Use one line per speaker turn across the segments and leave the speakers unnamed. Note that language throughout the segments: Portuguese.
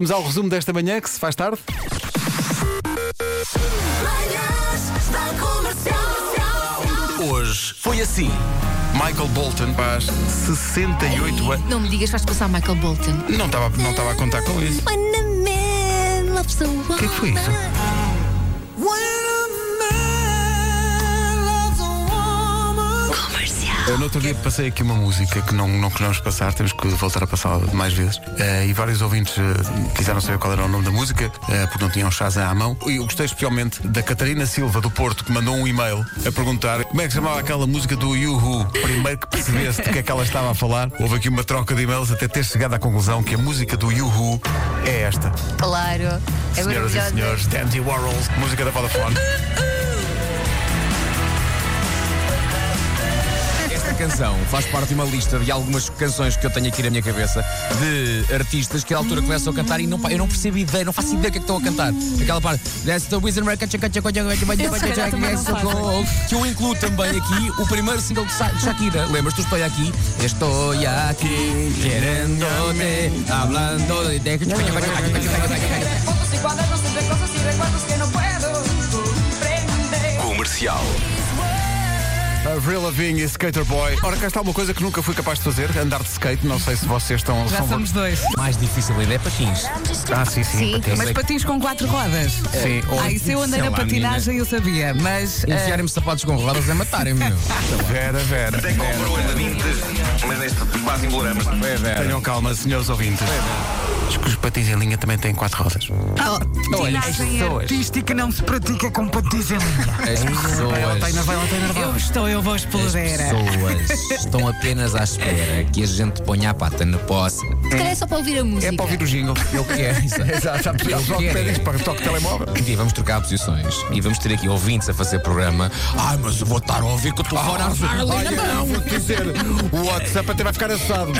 Vamos ao resumo desta manhã, que se faz tarde.
Manhãs da Comercial.
Hoje foi assim. Michael Bolton faz 68 anos.
Não me digas, vais passar Michael Bolton.
Não estava não tava a contar com isso.
O
que é que foi isso? Eu, no outro dia passei aqui uma música que não, não queremos passar, temos que voltar a passá-la mais vezes. Eh, e vários ouvintes eh, quiseram saber qual era o nome da música, eh, porque não tinham chás à mão. E eu gostei especialmente da Catarina Silva, do Porto, que mandou um e-mail a perguntar como é que se chamava aquela música do Yuhu. Primeiro que percebesse do que é que ela estava a falar, houve aqui uma troca de e-mails até ter chegado à conclusão que a música do Yuhu é esta.
Claro. É
Senhoras e senhores, Dandy Warhols, música da Vodafone.
Esta canção faz parte de uma lista de algumas canções que eu tenho aqui na minha cabeça de artistas que à altura começam a cantar e não, pa- eu não percebo ideia, não faço ideia do que é que estão a cantar. Aquela parte. That's the reason why I can't- can't- can't- can't- can't- can't- can't- can't- can't- can't- Que eu incluo também aqui o primeiro single de Sa- de Shakira. Lembras-te? Estou aqui. Estou aqui, querendo-te, hablando de.
fotos y cuadernos entre cosas y recuerdos que no puedo comprender.
Avril Lavigne e Skater Boy. Ora, cá está uma coisa que nunca fui capaz de fazer, andar de skate. Não sei se vocês estão... Já somos dois.
Mais difícil ainda é patins.
Ah, sim, sim.
Sim.
patins.
Mas patins com quatro rodas.
Sim, ou-
Ah, isso eu andei
sei lá,
na
é
patinagem, eu sabia, mas. ah,
Enfiarem-me sapatos com rodas é matarem-me. meu.
Vera, Vera.
Até comprou ainda 20, mas neste quase embolamos.
É, Vera.
Tenham calma, senhores ouvintes. Diz que os patins em linha também têm quatro rodas.
patinagem artística não se pratica com patins em linha.
As pessoas.
Eu estou, eu vou explodir.
pessoas estão apenas à espera que a gente ponha a pata na poça.
Se calhar é só para ouvir a
É
música.
para ouvir o jingle.
Eu quero.
Exato,
Eu quero.
para toque telemóvel.
Um dia vamos trocar posições e vamos ter aqui ouvintes a fazer programa. Ai, mas eu vou estar a ouvir que eu estou fora a Olha, não, vou dizer.
O WhatsApp até é vai ficar assado.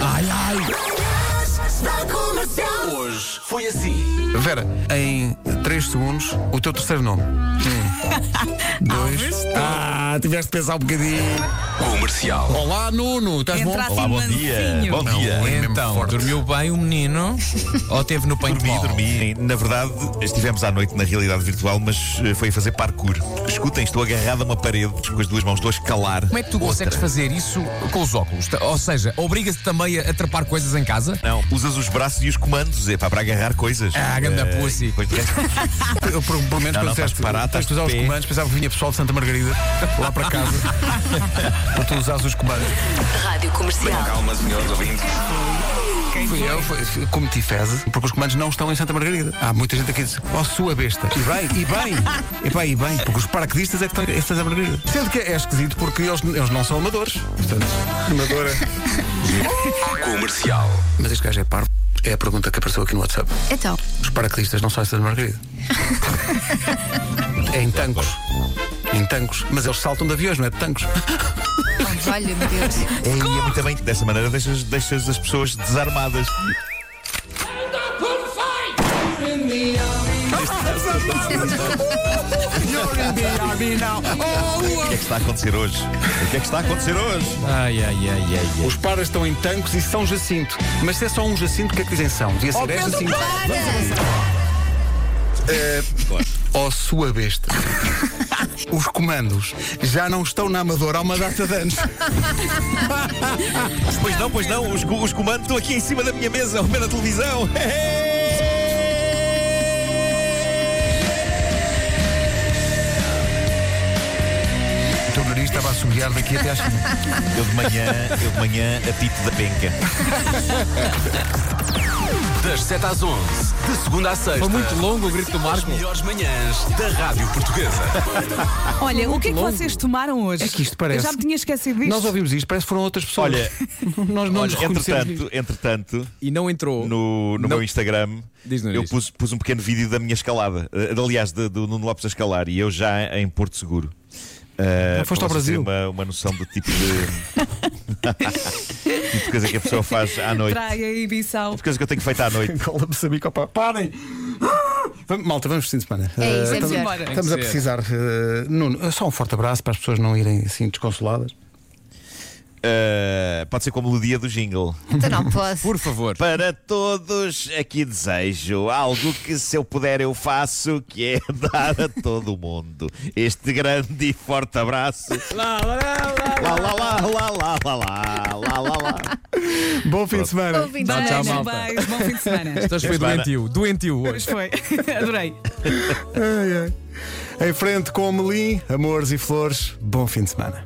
Ai, ai.
Manhãs da Comercial.
Hoje foi assim.
Vera, em 3 segundos, o teu terceiro nome. Um, dois. Ah, tiveste de pensar um bocadinho.
Comercial.
Olá, Nuno. Estás bom?
Entra assim mansinho.
Bom dia.
Então, dormiu bem o menino ou teve no
Então, Dormi,
paintball?
dormi. Na verdade, estivemos à noite na realidade virtual, mas eh, foi a fazer parkour. Escutem, estou agarrado a uma parede com as duas mãos, estou a escalar.
Como é que tu consegues fazer isso com os óculos? Tá, Ou seja, obriga-se também a atrapar coisas em casa?
Não, usas os braços e os comandos, é pá, para agarrar coisas.
Ah, ganda
Eh,
pussy.
depois de resto,
Eu, por, pelo menos,
Não,
quando
não, estás
disseste
de parado,
tens
estás
de usar
de
os
pé.
comandos, pensava que vinha pessoal de Santa Margarida lá para casa para tu usares os comandos.
Rádio Comercial.
Calma, senhores ouvintes.
Fui eu, foi, fui- cometi fezes, porque os comandos não estão em Santa Margarida. Há muita gente aqui que diz, ó sua besta. E bem, e bem. Epá, e bem, porque os paraquedistas é que estão em Santa Margarida. Sendo que é esquisito porque eles, eles não são amadores. Portanto, amadora.
Comercial.
Mas este gajo é parvo. É a pergunta que apareceu aqui no WhatsApp.
Então,
Os paraquedistas não são em Santa Margarida. é em tancos. Em tancos. Mas eles saltam de aviões, não é de tancos.
vamos, olha, meu Deus.
É, e é muito bem que dessa maneira deixas, deixas as pessoas desarmadas. O que é que está a acontecer hoje? O que é que está a acontecer hoje?
Ai, ai, ai, ai, ai.
Os paras estão em tancos e São Jacinto. Mas se é só um Jacinto, o que é que dizem São? Devia
Oh,
ser é Jacinto. Ó Oh, sua besta. Os comandos já não estão na Amadora há uma data de anos.
Pois não, pois não, os, co- os comandos estão aqui em cima da minha mesa, ao pé da televisão.
O teu nariz estava a subiar daqui até às...
Eu de manhã, eu de manhã, apito da penca.
Das 7 às 11, de segunda à sexta.
Foi muito longo o grito do Marco.
Melhores manhãs da Rádio Portuguesa.
Olha, o que é que vocês tomaram hoje?
É que isto parece-
Eu já me tinha esquecido disto.
Nós ouvimos isto, parece que foram outras pessoas.
Olha,
nós não
olha,
nos reconhecemos.
entretanto, entretanto,
E não entrou.
no, no
Não.
meu Instagram,
Diz, Nuno,
eu
diz.
pus, pus um pequeno vídeo da minha escalada. Eh, de- aliás, de- do Nuno Lopes a escalar, e eu já em Porto Seguro. Eh,
Ah, foste
para
ao
vocês terem
Brasil?
Uma, uma noção do tipo de. tipo de coisa que a pessoa faz à noite.
Praia e Bissau.
Tipo de coisa que eu tenho feito à noite.
Cola-me sabico, pá. Parem! Ah! Vamos- Malta, vamos fim de semana.
É
Eh,
isso, é
estamos-
melhor.
Bora.
Estamos a
que ser.
precisar. eh, Nuno, só um forte abraço para as pessoas não irem assim desconsoladas.
Ah, pode ser como o dia do jingle.
Então não posso.
Por favor.
Para todos, aqui desejo algo que, se eu puder, eu faço, que é dar a todo mundo este grande e forte abraço. Lá, lá, lá, lá, lá, lá, lá, lá, lá, lá.
Bom fim de semana.
Bom fim de
Tchau, tchau,
semana.
malta.
Beijos, bom fim de semana.
Estás foi
Joana.
doentio. Doentio hoje.
Pois foi, adorei.
Ai, ai. Em frente com o Melim, amores e flores. Bom fim de semana.